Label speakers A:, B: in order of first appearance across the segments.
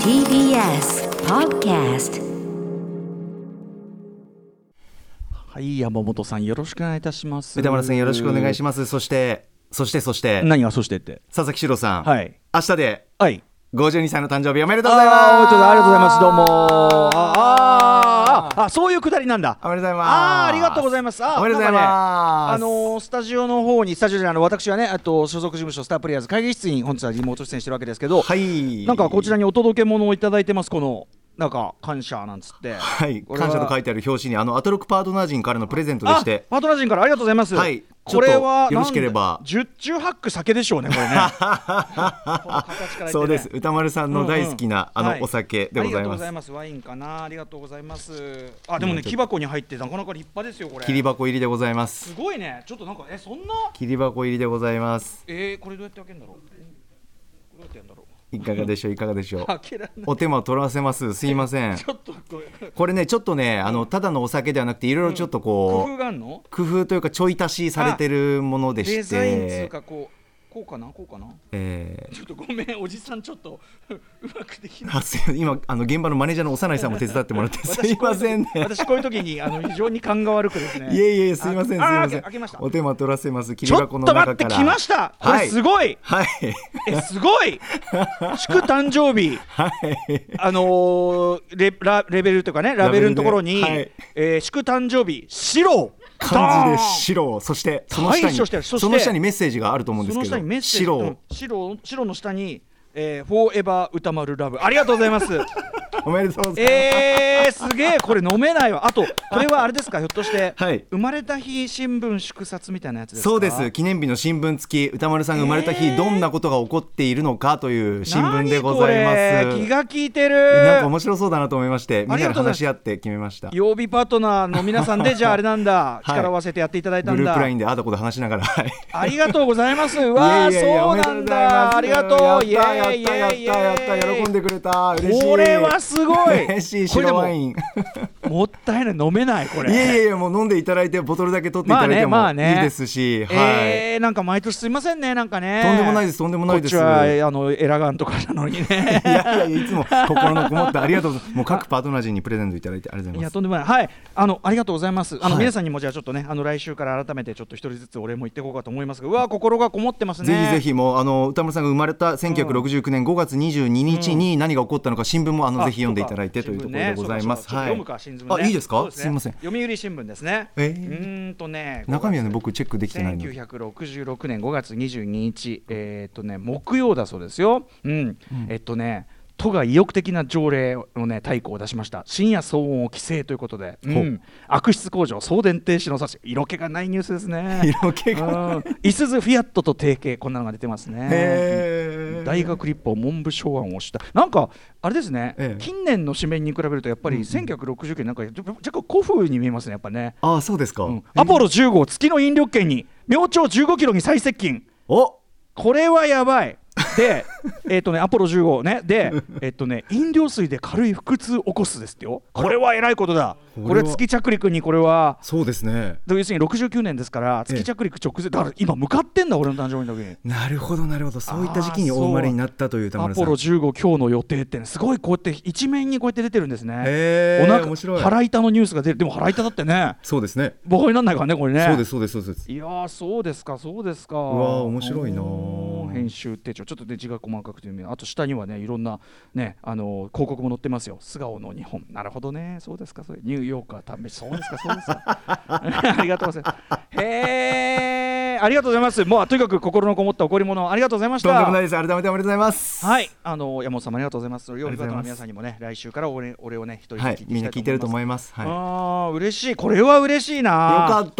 A: TBS Podcast
B: はい、山本さんよろしくお願いいたします。
C: 三田村さんよろしくお願いし
B: ま
C: ます。そして、そして、そして、
B: 何がそしてって。
C: 佐々木史郎さん、
B: はい。
C: 明日で
B: はい。
C: 52歳の誕生日おめでとうございます。
B: ああ、おめでとうございますありがとうございます。どうも。ああー、あ、そういうくだりなんだ。
C: おめでとうございます。
B: あーありがとうございますあ
C: おめでとうございます。
B: あのースタジオの方にスタジオじゃないあの私はねあと所属事務所スタープレイヤーズ会議室に本日はリモート出演してるわけですけど、
C: はい。
B: なんかこちら
C: に。
B: にお届け物をいただいてますこのなんか感謝なんつって
C: はい、
B: これは
C: 感謝と書いてある表紙に、あの、アトロックパートナー陣からのプレゼントで
B: あ
C: して、
B: パートナー陣からありがとうございます。
C: はい
B: これは
C: ちょっとよろしければ
B: 十中八九酒でしょうねこれ ね。この形から言ってね
C: そうです。歌丸さんの大好きな、
B: うんうん
C: あの、お酒でござ
B: はいありが
C: い
B: とうご
C: ま
B: ざい
C: す。
B: ます。ワインかな。ありがとうございます。あでもね木箱に入ってなかなか立派ですよこれ。
C: 切り箱入りでございますす。
B: ごいね。ちょっとなんかえそんな
C: 切り箱入りでございます。
B: えー、これどうやって開けるんだろう。どうやってやるんだろう。
C: いかがでしょう、いかがでしょう。
B: 開けられない。
C: お手間を取らせます。すいません
B: ち。ょっとこれ
C: これね、ちょっとね、あの、ただのお酒ではなくて、いろいろちょっとこ
B: 工
C: う、
B: 夫があるの？
C: 工夫というかちょい足しされてるもので
B: デ
C: し
B: ザインつう
C: て、
B: かこうこうかなこうかな。
C: え
B: ちょっとごめんおじさんちょっとうまくできない
C: ー。あすいません今あの現場のマネージャーの長内さんも手伝っても らってすいませんね。
B: 私こういう時にあの非常に感が悪くですね。
C: いえいえすいませんすい
B: ああ
C: ま
B: ー開
C: せ
B: け
C: ん
B: 開けました。
C: お手間取らせます切
B: ち
C: り
B: ょっと
C: 箱の中
B: 待
C: か
B: っ
C: ら
B: て来ました。こ
C: は
B: れ
C: い
B: すごい。
C: はい
B: えすご い。祝誕生日。
C: はい
B: あのーレラレベルというかねラベルのところに、
C: ラベルね
B: えー祝誕生日白。
C: 漢
B: ド
C: 字で
B: ーン
C: 白そしてその下
B: 対処してる
C: に
B: そして
C: その下にメッセージがあると思うんで
B: その
C: すけ
B: 下にメッ
C: ど
B: セージ
C: 白
B: うん白白の下に、えー、フォーエバー歌丸ラブありがとうございます。
C: おめでとうございます、
B: えー、すげえこれ飲めないわあとこれはあれですかひょっとして、
C: はい
B: 生まれた日新聞祝冊みたいなやつですか
C: そうです記念日の新聞付き歌丸さんが生まれた日、
B: えー
C: どんなことが起こっているのかという新聞でござい
B: 何
C: ま
B: これ
C: す
B: 気が利いてる
C: なんか面白そうだなと思いましてみんなで話し合って決めました
B: 曜日パートナーの皆さんでじゃああれなん だ、
C: い
B: 力を合わせてやっていただいた
C: グ
B: ん
C: ルー
B: だ
C: プラインであだこで話しながら、 はい
B: ありがとうございますうわー
C: いやいやいや
B: そうなんだあ
C: お
B: り
C: めで
B: が
C: とう
B: と
C: ご
B: う
C: ざいますやった
B: イエイイエイイエ
C: やった
B: イ
C: やったやった喜んでくれた嬉しい
B: これはすごい
C: 嬉しい
B: これで
C: 白
B: も
C: ワインい
B: もったいない飲めないこれ
C: やいやいやもう飲んでいただいてボトルだけ取っていただいて
B: ま
C: も
B: あ
C: いい
B: ねまあね
C: ですし、はい、
B: えー、なんか毎年すいませんねなんかね
C: とんでもないですとんでもないです
B: こっちはあのエラガンとかなのに ね
C: いやいやいつも心のこもったありがとうございますもう各パートナー陣にプレゼントいただいてありがとう
B: い
C: ござい
B: や
C: ます
B: とんでもない、はい、あのありがとうございます、あの
C: はい
B: 皆さんにもじゃあちょっとね、あの来週から改めてちょっと一人ずつお礼も言っていこうかと思いますが、うわ、心がこもってますね。
C: ぜひぜひもうあの歌丸さんが生まれた1969年5月22日に何が起こったのか新聞もあの
B: あ
C: ぜひ読んでいただいてというところでございます。
B: そうか
C: は
B: そうかちょっと読む。か新
C: い
B: 聞、
C: あいいですか
B: そうね
C: すいません
B: 読売新聞ですね。
C: えー
B: うーんとね。
C: 中身はね僕チェックできてないので。
B: 1966年5月22日、えーっとね、木曜だそうですよ、うんえっとね、都が意欲的な条例の、ね、大綱を出しました、深夜騒音を規制ということで、う
C: ほ
B: ん
C: う、
B: 悪質工場、送電停止の冊子、色気がないニュースですね、
C: 色気が
B: うんいすずフィアットと提携、こんなのが出てますね。
C: へー
B: 大学立法文部省案をしたなんかあれですね、
C: ええ
B: 近年の紙面に比べるとやっぱり1969年なんか若干古風に見えますねやっぱね
C: ああそうですか。
B: うんアポロ10号月の引力圏に明朝15キロに最接近
C: お
B: これはやばいで えっとねアポロ10号ね でえっとね飲料水で軽い腹痛を起こすですってよこれはえらいことだ
C: これは
B: これ月着陸にこれは
C: そうですね。
B: で要するに69年ですから
C: ええ
B: 月着陸直前だから今向かってんだ俺の誕生日の時に。
C: なるほどなるほどそういった時期にお生まれになったという田
B: ア
C: 村さ
B: ポ
C: ん。
B: ロ15今日の予定ってねすごいこうやって一面にこうやって出てるんですね。
C: へー
B: お腹
C: 面白い
B: 腹痛のニュースが出るでも腹痛だって ね
C: そうですね。
B: バカになんないからねこれね。
C: そうですそうですそうです。
B: いやーそうですかそうですかう
C: わー面白いなー
B: 編集手帳ちょっとね字が細かくてあと下にはねいろんなねあのー広告も載ってますよ素顔の日本なるほどねそうですかそれニューヨーカー試しそうですかそうですか ありがとうございますへーありがとうございますもうとにかく心のこもった贈り物ありがとうございました
C: とんでもないです改めておめでとうございます。
B: はい、あの山本さんもありがとうございます。料理パートナーの
C: あり
B: 皆
C: がとうございます
B: さんにもね、来週からお礼お礼をね、一人ずつ
C: はい
B: 聞いて
C: みんな聞いてると思
B: い
C: います。
B: ま
C: は
B: す。
C: い。よ
B: ああ、嬉しい。これは嬉しいな。
C: かっ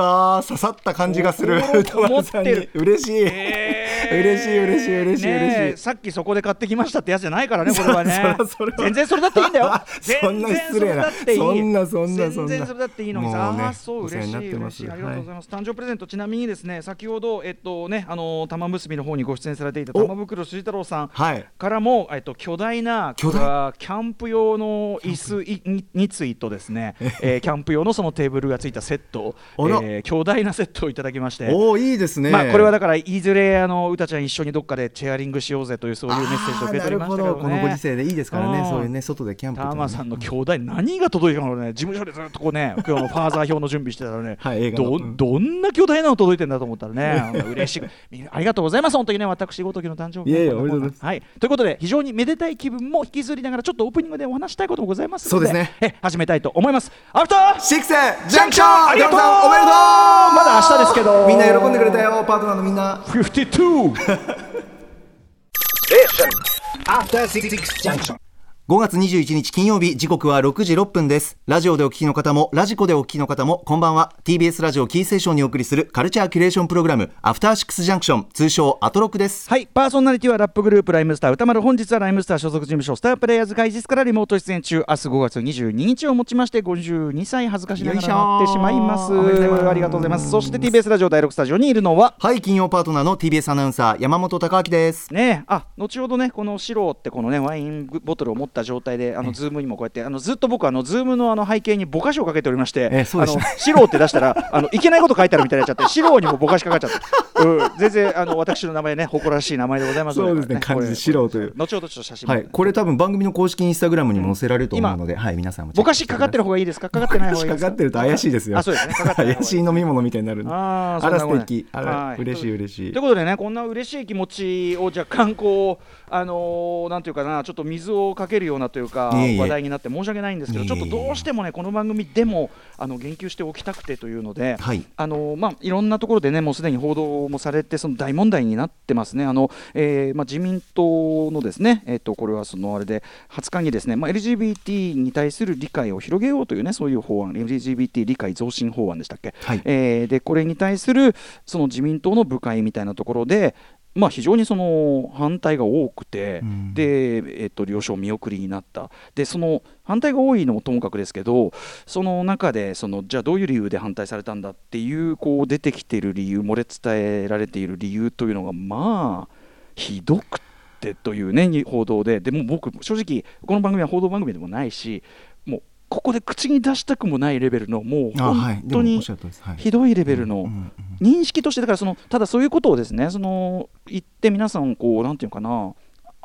C: た刺さった感じがする
B: 心
C: 歌丸さんに
B: こもって
C: 嬉しい。
B: えー
C: 嬉しい嬉しい嬉しい
B: ねえ
C: 嬉しい
B: さっきそこで買ってきましたってやつじゃない からね、これはね
C: そらそ。ら。
B: 全然それだっていいんだよ
C: そんな失礼な
B: 全然それだっていい
C: そんなそんなそんな
B: 全然それだっていいのに
C: も
B: さ、
C: うね
B: ああ、そう
C: お世
B: 嬉
C: 話
B: しい
C: になって
B: 嬉
C: ます
B: しい。ありがとうございます。誕生日プレゼントちなみにですね、先先ほど、えっとね、あの玉結びの方にご出演されていた玉袋筋太郎さん
C: はい
B: からも、えっと、巨大な
C: 巨大
B: あーキャンプ用の椅子いにについとですね、 えーキャンプ用のそのテーブルがついたセット
C: あら
B: えー巨大なセットをいただきまして。
C: おおいいですね
B: まあ、これはだからいずれあの歌ちゃん一緒にどっかでチェアリングしようぜというそういうメッセージを受け取りましたけど
C: あーなるほどこのご時
B: ね。
C: 世でいいですから
B: う
C: ね
B: ん
C: そういうね外でキャンプと
B: タ
C: かね
B: マさんの兄弟何が届いたのかね事務所でずっとこう ね今日のファーザー表の準備してたらね、
C: はい映画の
B: ど
C: うん
B: どんな巨大なの届いてんだと思ったら ね嬉しくみんなありがとうございます本当にね私ごときの誕生日
C: いやいや
B: こんな
C: おめでとうございます
B: はい、ということで非常にめでたい気分も引きずりながらちょっとオープニングでお話したいこともございますので
C: そうです
B: え始めたいと思いますアフター
C: シックスジャンクション
B: ありがとう
C: ダムさんおめでとう
B: まだ明日ですけど
C: みんな喜んでくれたよパートナーのみ んな
B: 52
D: After Six Junction.
C: 5月21日金曜日時刻は6時6分ですラジオでお聞きの方もラジコでお聞きの方もこんばんは TBS ラジオキーステーションにお送りするカルチャーキュレーションプログラムアフターシックスジャンクション通称アトロックです
B: はい、パーソナリティはラップグループライムスター歌丸本日はライムスター所属事務所スタープレイヤーズ会議室からリモート出演中明日5月22日をもちまして52歳恥ずかしながらなってしまいます
C: よいしょー
B: おめでとうございますありがとうございますそして TBS ラジオ第6スタジオにいるのは
C: はい金曜パートナーの TBS アナウンサー山本貴明です
B: ねえあ後ほどねこのシローってこのねワインボトルを持った状態であのズームにもこうやってあのずっと僕あのズームのあの背景にぼかしをかけておりまして
C: えそ
B: あ
C: うでした
B: のシローって出したらあのいけないこと書いてあるみたいになっちゃってシローにもぼかしかかっちゃって、うん、全然あの私の名前ね誇らしい名前でございますのこれ
C: 郎という
B: 後ほどちょっと写真も
C: はいこれ多分番組の公式インスタグラムにも載せられると思うのではい皆さんもチ
B: ぼ
C: ェック
B: か
C: し
B: してか
C: くださ
B: か
C: い
B: ってる方がいいですかかかってない方がいい
C: か
B: です
C: か
B: か
C: ってると怪しいですよ。
B: あそうですねかかって ない方がいい
C: 怪しい飲み物みたいになるんで。
B: あ
C: あ
B: ーそんな
C: ら
B: 方
C: 素
B: がいい
C: 敵。あら
B: はい
C: 嬉しい嬉しい
B: という。ことでねこんな嬉しい気持ちを若干こうあのーなんていうかなちょっと水をかけるようなというか
C: いえいえ
B: 話題になって申し訳ないんですけど
C: いえ
B: ち
C: い
B: ょ
C: え
B: っとどうしてもねこの番組でもあの言及しておきたくてというので。
C: はい。
B: あのまあ、いろんなところで、ね、もうすでに報道もされてその大問題になってますね、あのえーまあ、自民党のですね、えっとこれはそのあれで20日にですね、まあ、LGBT に対する理解を広げようという、ね、そういう法案、LGBT 理解増進法案でしたっけ、
C: はい
B: えーでこれに対するその自民党の部会みたいなところで、まあ、非常にその反対が多くて、
C: うん
B: で、えっと了承見送りになったでその反対が多いのもともかくですけどその中でそのじゃあどういう理由で反対されたんだっていうこう出てきてる理由漏れ伝えられている理由というのがまあひどくてというねに報道ででも僕正直この番組は報道番組でもないしもうここで口に出したくもないレベルのもう
C: あはい
B: 本。当
C: でもお
B: に
C: っしゃるとりです。はい。
B: ひどいレベルの。
C: うんうん
B: 認識としてだからそのただそういうことをですねその言って皆さんこうなんていうのかな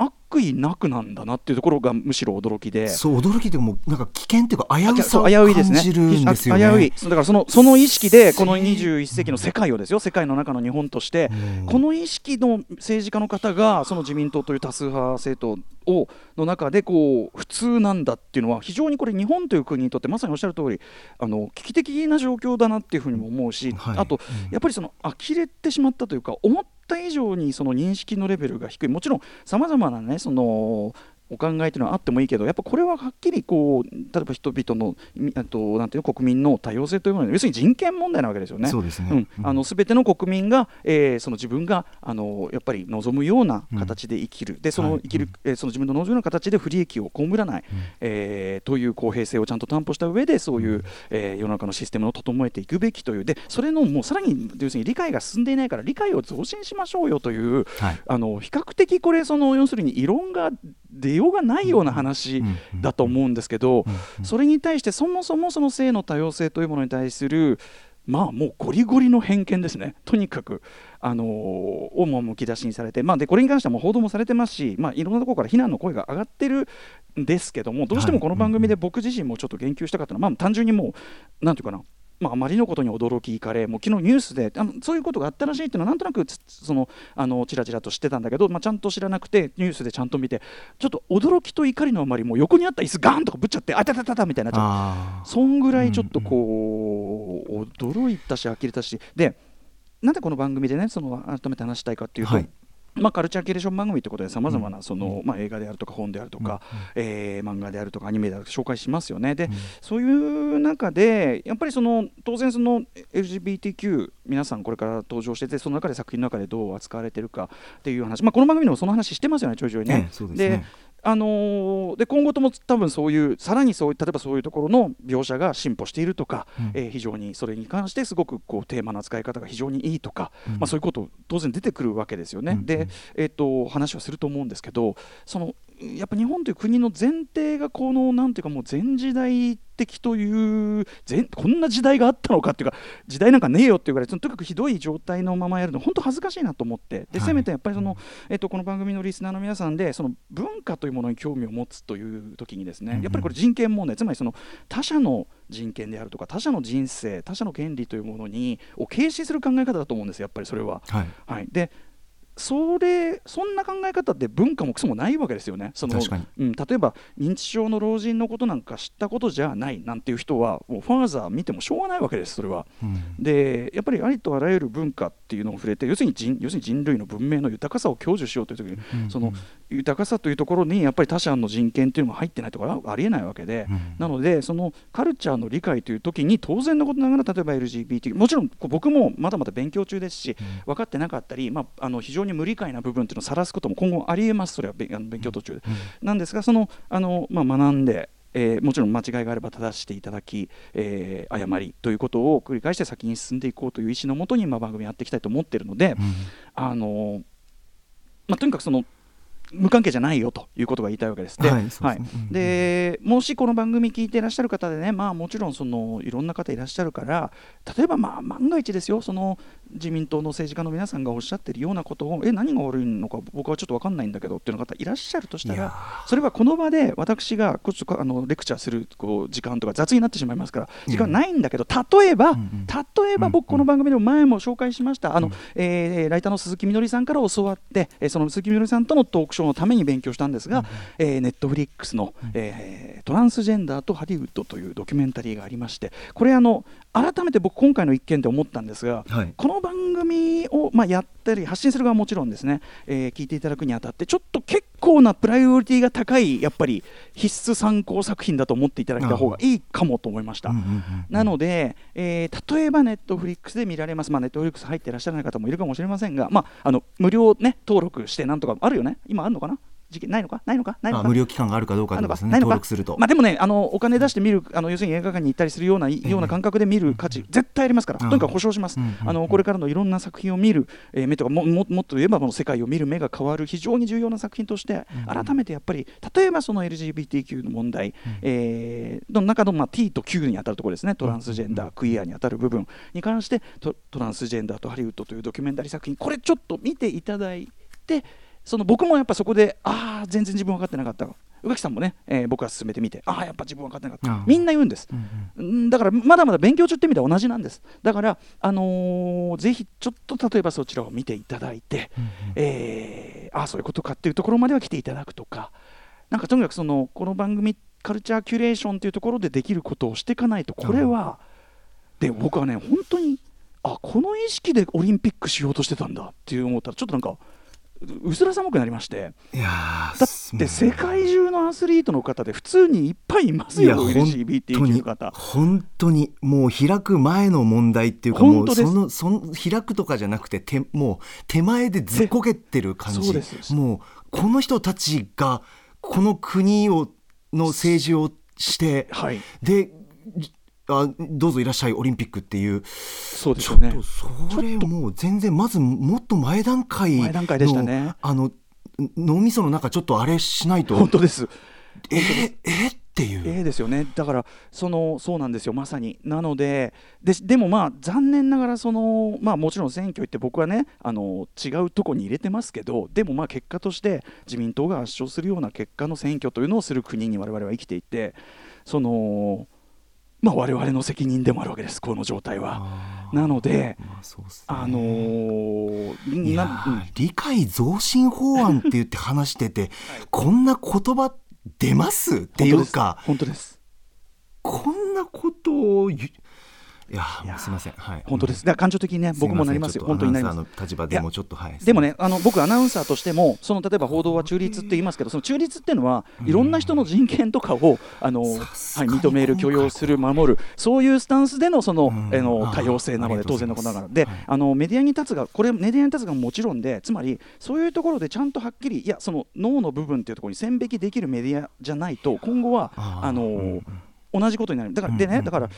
B: 悪意なくなんだなっていうところがむしろ驚きで。
C: そう驚きというかもうなんか危険というか危うさ
B: そ
C: を
B: う危ういですね。
C: 感じるんですよね。
B: あ危うい。だからそのその意識でこの21世紀の世界をですよ世界の中の日本として
C: うん
B: この意識の政治家の方がその自民党という多数派政党をの中でこう普通なんだっていうのは非常にこれ日本という国にとってまさにおっしゃる通りあの危機的な状況だなっていうふうにも思うし、
C: はい
B: あとやっぱりその呆れてしまったというか思った以上にその認識のレベルが低いもちろんさまざまなねそのお考えというのはあってもいいけどやっぱこれははっきりこう例えば人々のみあとなんていうの国民の多様性というもの要するに人権問題なわけですよね。
C: そうですね
B: うん
C: う、ん
B: あの全ての国民が、えーその自分があのやっぱり望むような形で生きる、でそ
C: は
B: の
C: い
B: 生きる、えーその自分の望むような形で不利益を被らない、えーという公平性をちゃんと担保した上でそういう、えー世の中のシステムを整えていくべきというでそれのもうさらに要するに理解が進んでいないから理解を増進しましょうよという、
C: はい
B: あの比較的これその要するに異論が出ようがないような話だと思うんですけど、それに対してそもそもその性の多様性というものに対するまあもうゴリゴリの偏見ですね、とにかく、あのーをもうむき出しにされて、まあ、でこれに関してはもう報道もされてますし、まあ、いろんなところから非難の声が上がってるんですけども、どうしてもこの番組で僕自身もちょっと言及したかったのは、まあ、単純にもう、なんていうかな、まあ、あまりのことに驚き、かれ、もう昨日ニュースであのそういうことがあったらしいっていうのは、なんとなくつそのあのちらちらと知ってたんだけど、まあ、ちゃんと知らなくて、ニュースでちゃんと見て、ちょっと驚きと怒りのあまり、もう横にあった椅子、ガーンとかぶっちゃって、あたたたたみたいになっちゃって
C: あ
B: そんぐらいちょっとこう、驚いたし呆れたしでなんでこの番組でねその改めて話したいかっていうと、
C: はい
B: まあ、カルチャーキュレーション番組ということでさまざまなその、まあ、映画であるとか本であるとか、えー漫画であるとかアニメであるとか紹介しますよね。で、そういう中でやっぱりその当然その LGBTQ 皆さんこれから登場しててその中で作品の中でどう扱われてるかっていう話、まあ、この番組でもその話してますよねちょいちょいね。
C: ええそうですね
B: あのーで今後とも多分そういうさらにそういう例えばそういうところの描写が進歩しているとか、えー非常にそれに関してすごくこうテーマの扱い方が非常にいいとか、まあ、そういうこと当然出てくるわけですよね。で、えー、と話はすると思うんですけどそのやっぱ日本という国の前提がこのなんていうかもう前時代的という前こんな時代があったのかっていうか時代なんかねえよっていうぐらいそのとにかくひどい状態のままやるの本当恥ずかしいなと思ってで、
C: はい
B: せめてやっぱりその、えっと、この番組のリスナーの皆さんでその文化というものに興味を持つという時にですね、やっぱりこれ人権問題つまりその他者の人権であるとか他者の人生他者の権利というものにを軽視する考え方だと思うんですよやっぱりそれは。
C: はい
B: はい、でそれそんな考え方って文化もクソもないわけですよねその
C: 確かに
B: うん、例えば認知症の老人のことなんか知ったことじゃないなんていう人はもうファーザー見てもしょうがないわけですそれは。
C: うん
B: でやっぱりありとあらゆる文化っていうのを触れて要するに人要するに人類の文明の豊かさを享受しようという時に、その豊かさというところにやっぱり他者の人権っていうのも入ってないとかあありえないわけで、
C: うん
B: なのでそのカルチャーの理解という時に当然のことながら例えば LGBT もちろんこう僕もまだまだ勉強中ですし分かってなかったり、まあ、あの非常に無理解な部分っていうのを晒すことも今後ありえますそれはべあの勉強途中で。なんですがそのあの、まあ、学んでえーもちろん間違いがあれば正していただき、えー誤りということを繰り返して先に進んでいこうという意思のもとに、まあ、番組やっていきたいと思っているので、あのーまあ、とにかくその無関係じゃないよということが言いたいわけです。で,、
C: はいそうですねうん
B: でもしこの番組聞いていらっしゃる方でね、まあ、もちろんそのいろんな方いらっしゃるから例えばまあ万が一ですよその自民党の政治家の皆さんがおっしゃってるようなことをえ何が悪いのか僕はちょっと分かんないんだけどっていうような方いらっしゃるとした
C: いや
B: らそれはこの場で私がこうちょっとあのレクチャーするこう時間とか雑になってしまいますから時間ないんだけど例えば、
C: ん
B: 例えば僕この番組でも前も紹介しました、あのえーライターの鈴木みのりさんから教わって、えーその鈴木みのりさんとのトークショーのために勉強したんですが、えネットフリックスの、えートランスジェンダーとハリウッド」というドキュメンタリーがありましてこれあの改めて僕今回の一件で思ったんですが、
C: はい
B: この番組を、まあ、やったり発信する側はもちろんですね、えー聞いていただくにあたってちょっと結構なプライオリティが高いやっぱり必須参考作品だと思っていただいた方がいいかもと思いました。
C: うんうんうん
B: なので、えー例えばネットフリックスで見られます、まあ、ネットフリックス入ってらっしゃらない方もいるかもしれませんが、まあ、あの無料、ね、登録してなんとかあるよね、今あるのかな時期ないのかないのかないの
C: あ
B: か
C: 無料期間があるかどうか
B: あ
C: と
B: の
C: かですね
B: ないの
C: 登
B: か
C: 録すると、
B: まあ、でもねあのお金出して見るあの要するに映画館に行ったりするような、ような感覚で見る価値絶対ありますからとにかく保証します、あのこれからのいろんな作品を見る、えー目とかもももっと言えばこの世界を見る目が変わる非常に重要な作品として改めてやっぱり例えばその LGBTQ の問題、えーの中の、まあ、T と Q にあたるところですねトランスジェンダー、クイアにあたる部分に関してトトランスジェンダーとハリウッドというドキュメンタリー作品これちょっと見ていただいてその僕もやっぱそこでああ全然自分分かってなかった宇垣さんもね、えー僕が勧めてみてああやっぱ自分分かってなかった
C: ああ
B: みんな言うんです、んだからまだまだ勉強中って意味では同じなんですだからあのーぜひちょっと例えばそちらを見ていただいて、えーああそういうことかっていうところまでは来ていただくとかなんかとにかくそのこの番組カルチャーキュレーションというところでできることをしていかないとこれは、で僕はね本当にあこの意識でオリンピックしようとしてたんだっていう思ったらちょっとなんかう薄ら寒くなりまして
C: いやー
B: だって世界中のアスリートの方で普通にいっぱいいますよ
C: 本当
B: LGBTQ
C: に
B: の方。
C: 本当にもう開く前の問題っていうかも
B: 本
C: う
B: 当です
C: そのその開くとかじゃなくて手もう手前でずっこけてる感
B: えそ
C: じ
B: うです
C: もうこの人たちがこの国をの政治をして、
B: はい
C: であどうぞいらっしゃいオリンピックっていう
B: そうです
C: ちょ
B: よ
C: っ
B: ね
C: とそれもう全然まずもっと前段階の
B: 前段階でしたね
C: あの脳みその中ちょっとあれしないと
B: 本当です。
C: えーえーっていう。
B: ええですよねだからそのそうなんですよまさになのでででもまあ残念ながらそのまあもちろん選挙行って僕はねあの違うとこに入れてますけどでもまあ結果として自民党が圧勝するような結果の選挙というのをする国に我々は生きていてそのまあ我々の責任でもあるわけですこの状態は。なので
C: まあそうっすね
B: あのー
C: いや
B: な
C: ー
B: うん
C: 理解増進法案って言って話してて、こんな言葉出ますっていうか
B: 本当です本当です
C: こんなことをゆいやーもうすみません、はい、
B: 本当です。だから感情的にね、僕もなりますよ。本当になります
C: あの。立場でもちょっとはい
B: でもね、あの僕、アナウンサーとしても、その例えば報道は中立って言いますけど、その中立っていうのは、いろんな人の人権とかをあの、はい、
C: すがに
B: 認める、許容する、守る、そういうスタンスでのその,、
C: ん
B: あの
C: あー
B: 多様性なの
C: ありが
B: で、
C: とう
B: 当
C: ござい
B: 然
C: ま
B: の
C: す
B: ことながら、で、あのメディアに立つが、これ、メディアに立つがもちろんで、つまり、そういうところでちゃんとはっきり、いや、その脳の部分っていうところに線引きできるメディアじゃないと、今後は、
C: あ
B: あ
C: ー
B: の、
C: うん
B: 同じことになる。だから、
C: うん
B: で
C: うん
B: ね、
C: うん
B: だから、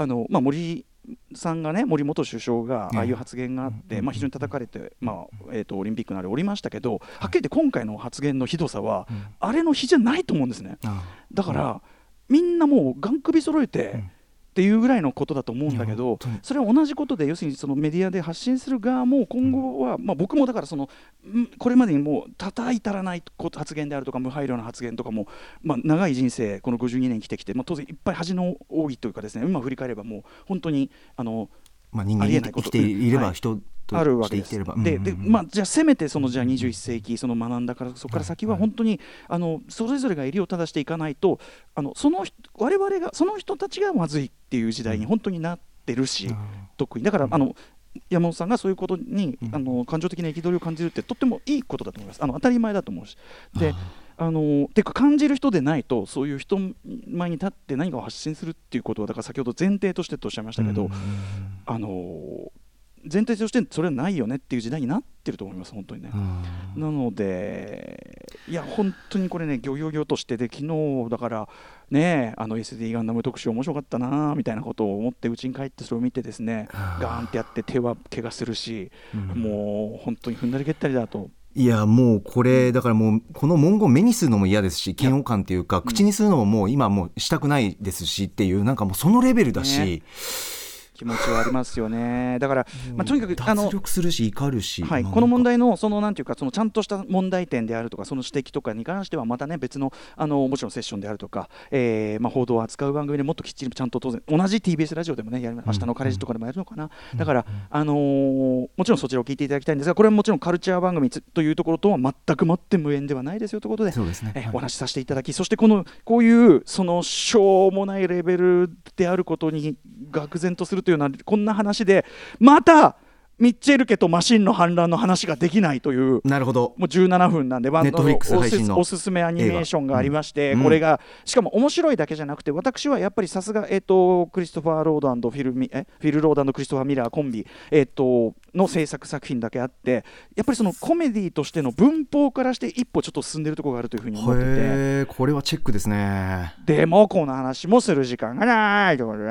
B: あのまあ、森さんがね森元首相がああいう発言があって、まあ、非常に叩かれて、まあえー、とオリンピックなどおりましたけど、はっきり言って今回の発言のひどさは、あれの比じゃないと思うんですね。
C: あ
B: だから、みんなもう、がん首揃えて、っていうぐらいのことだと思うんだけ
C: いや本
B: ど
C: 当に、
B: それは同じことで、要するにそのメディアで発信する側も、今後は、まあ、僕もだからその、んこれまでにもう叩いたらないこと発言であるとか、無配慮な発言とかも、まあ、長い人生、この52年生きてきて、まあ、当然いっぱい恥の多いというか、ですね今振り返れば、もう本当にあの
C: まあ人
B: あ
C: 間
B: りえ
C: 生
B: ない
C: き
B: こ
C: 生き
B: と
C: ていれ
B: は
C: ば
B: い
C: 人と
B: ある
C: し
B: わ
C: て
B: けで
C: 生きて
B: す
C: いれば。
B: で
C: うん
B: で、まあ、じゃあせめてそのじゃあ21世紀その学んだからそこから先は本当にあのそれぞれが襟を正していかないとあのその人我々がその人たちがまずいっていう時代に本当になってるし、特にだからあの山本さんがそういうことに、あの感情的な憤りを感じるってとってもいいことだと思いますあの当たり前だと思うしであのてか感じる人でないとそういう人前に立って何かを発信するっていうことはだから先ほど前提としてとおっしゃいましたけど、あのー前提としてそれはないよねっていう時代になってると思います、本当にね。なので、いや、本当にこれね、ギョギョギョとしてで、昨日だから、ね、あの SD ガンダム特集、面白かったなみたいなことを思って、うちに帰って、それを見てですね、ガーンってやって、手は怪我するし、もう本当に踏んだり蹴ったりだと。
C: いやもうこれだからもうこの文言を目にするのも嫌ですし嫌悪感というか口にするのももう今もうしたくないですしっていうなんかもうそのレベルだし
B: ね気持ちはありますよね。だから、まあ、とにかく、あの
C: 脱、力するし怒るし
B: はい、
C: なんか
B: この問題のそのなんていうかそのちゃんとした問題点であるとかその指摘とかに関してはまたね別のあのもちろんセッションであるとか、えーまあ、報道を扱う番組でもっときっちりちゃんと当然同じ TBS ラジオでもねやり明日のカレッジとかでもやるのかな、だから、あのーもちろんそちらを聞いていただきたいんですがこれはもちろんカルチャー番組つというところとは全くもって無縁ではないですよということで
C: そうですね
B: えー
C: はい
B: お話しさせていただきそしてこのこういうそのしょうもないレベルであることに愕然とするというようなこんな話でまたミッチェル家とマシンの反乱の話ができないという。
C: なるほど
B: もう17分なんで、まあ
C: Netflix
B: お
C: 配信の
B: おすすめアニメーションがありまして、
C: 映画うん
B: これが、しかも面白いだけじゃなくて、私はやっぱりさすが、えっとクリストファー・ロードフィルミえフィル・ロードクリストファー・ミラーコンビ、えっとの制作作品だけあって、やっぱりそのコメディとしての文法からして一歩ちょっと進んでるところがあるというふうに思ってて。
C: へえこれはチェックですね
B: でもこの話もする時間がないということで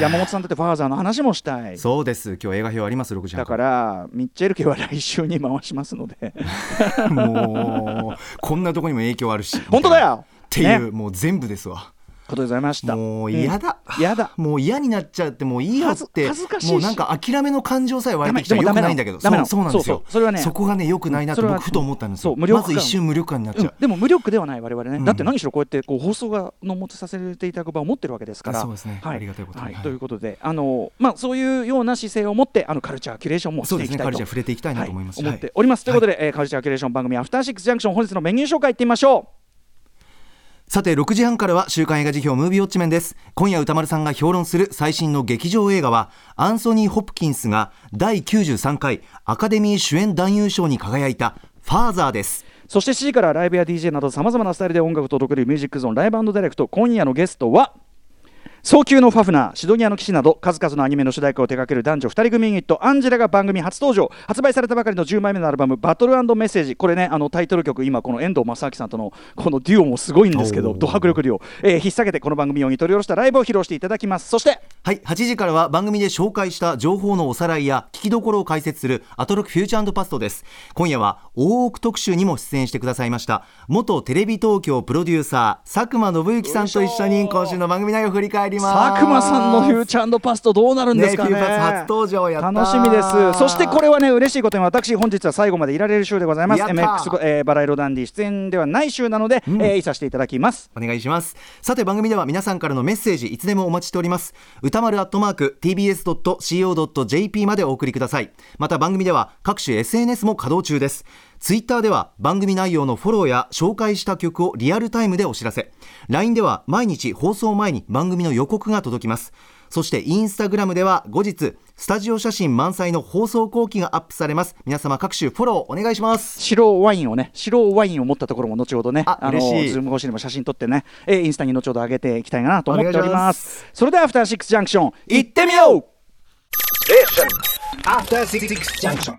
B: 山本さんだってファーザーの話もしたい
C: そうです今日映画表あります6時半
B: だからミッチェル家は来週に回しますの で
C: らもうこんなとこにも影響あるし
B: 本当だよ
C: っていう
B: ね
C: もう全部ですわ
B: ことでございました
C: もう嫌だ、
B: うん嫌だ
C: もう嫌になっちゃってもういいよって
B: 恥ず恥ずかしいし
C: もうなんか諦めの感情さえ湧いてきて
B: ダメでもダ
C: よく
B: メなの
C: ないんだけど
B: ダメなの
C: そうそうなんですよ
B: そうそうそれはね
C: こがねよくないなと
B: それは
C: 僕ふと思ったんです
B: そ
C: よ
B: う無力
C: ま
B: 感
C: ず一瞬無力感になっち
B: う
C: ゃ
B: ん
C: う、、
B: でも無力ではない我々ね、
C: ん
B: だって何しろこうやってこう放送がの持ちさせていただく場を持ってるわけですから
C: そうですねありがたいことに
B: はい
C: はい
B: ということであの、まあ、そういうような姿勢を持ってあのカルチャーキュレーションもしていきたいと
C: そうですねカルチャー触れていきたいなと思います
B: は思っております、ということで、えーカルチャーキュレーション番組「アフターシックスジャンクション」本日のメニュー紹介いってみましょう
C: さて6時半からは週刊映画辞表ムービーウォッチメンです今夜歌丸さんが評論する最新の劇場映画はアンソニー・ホプキンスが第93回アカデミー主演男優賞に輝いた「ファーザー」です
B: そして7時からライブや DJ などさまざまなスタイルで音楽を届けるミュージックゾーンライブダイレクト今夜のゲストは早急のファフナー、シドニアの騎士など数々のアニメの主題歌を手掛ける男女2人組ユニットアンジェラが番組初登場発売されたばかりの10枚目のアルバム「バトルメッセージ」これねあのタイトル曲今この遠藤正明さんとのこのデュオもすごいんですけ
C: お
B: ど
C: ー
B: ド迫力量、えー引っ提げてこの番組用に取り下ろしたライブを披露していただきますそして
C: はい、8時からは番組で紹介した情報のおさらいや聞きどころを解説するアトロックフューチャーパストです。今夜は大奥特集にも出演してくださいました、元テレビ東京プロデューサー、佐久間信之さんと一緒に今週の番組内容を振り返ります。
B: 佐久間さんのフューチャーパストどうなるんですかね
C: ねフューパス初登場やった
B: 楽しみですそしてこれはね嬉しいことに私本日は最後までいられる週でございます
C: やった
B: MX、えーバラ色ダンディ出演ではない週なので、えーいさせていただきます
C: お願いしますさて番組では皆さんからのメッセージいつでもお待ちしております歌丸アットマーク tbs.co.jp までお送りくださいまた番組では各種 SNS も稼働中ですツイッターでは番組内容のフォローや紹介した曲をリアルタイムでお知らせ LINE では毎日放送前に番組の予告が届きますそしてインスタグラムでは後日スタジオ写真満載の放送後期がアップされます皆様各種フォローお願いします
B: 白ワインをね、白ワインを持ったところも後ほどね、
C: あ
B: の
C: 嬉しい
B: ズーム越しにも写真撮ってね、えーインスタに後ほど上げていきたいなと思っており
C: お願
B: ま。
C: いしますす
B: それではアフターシックスジャンクション、
C: 行ってみよう
D: After Six Junction.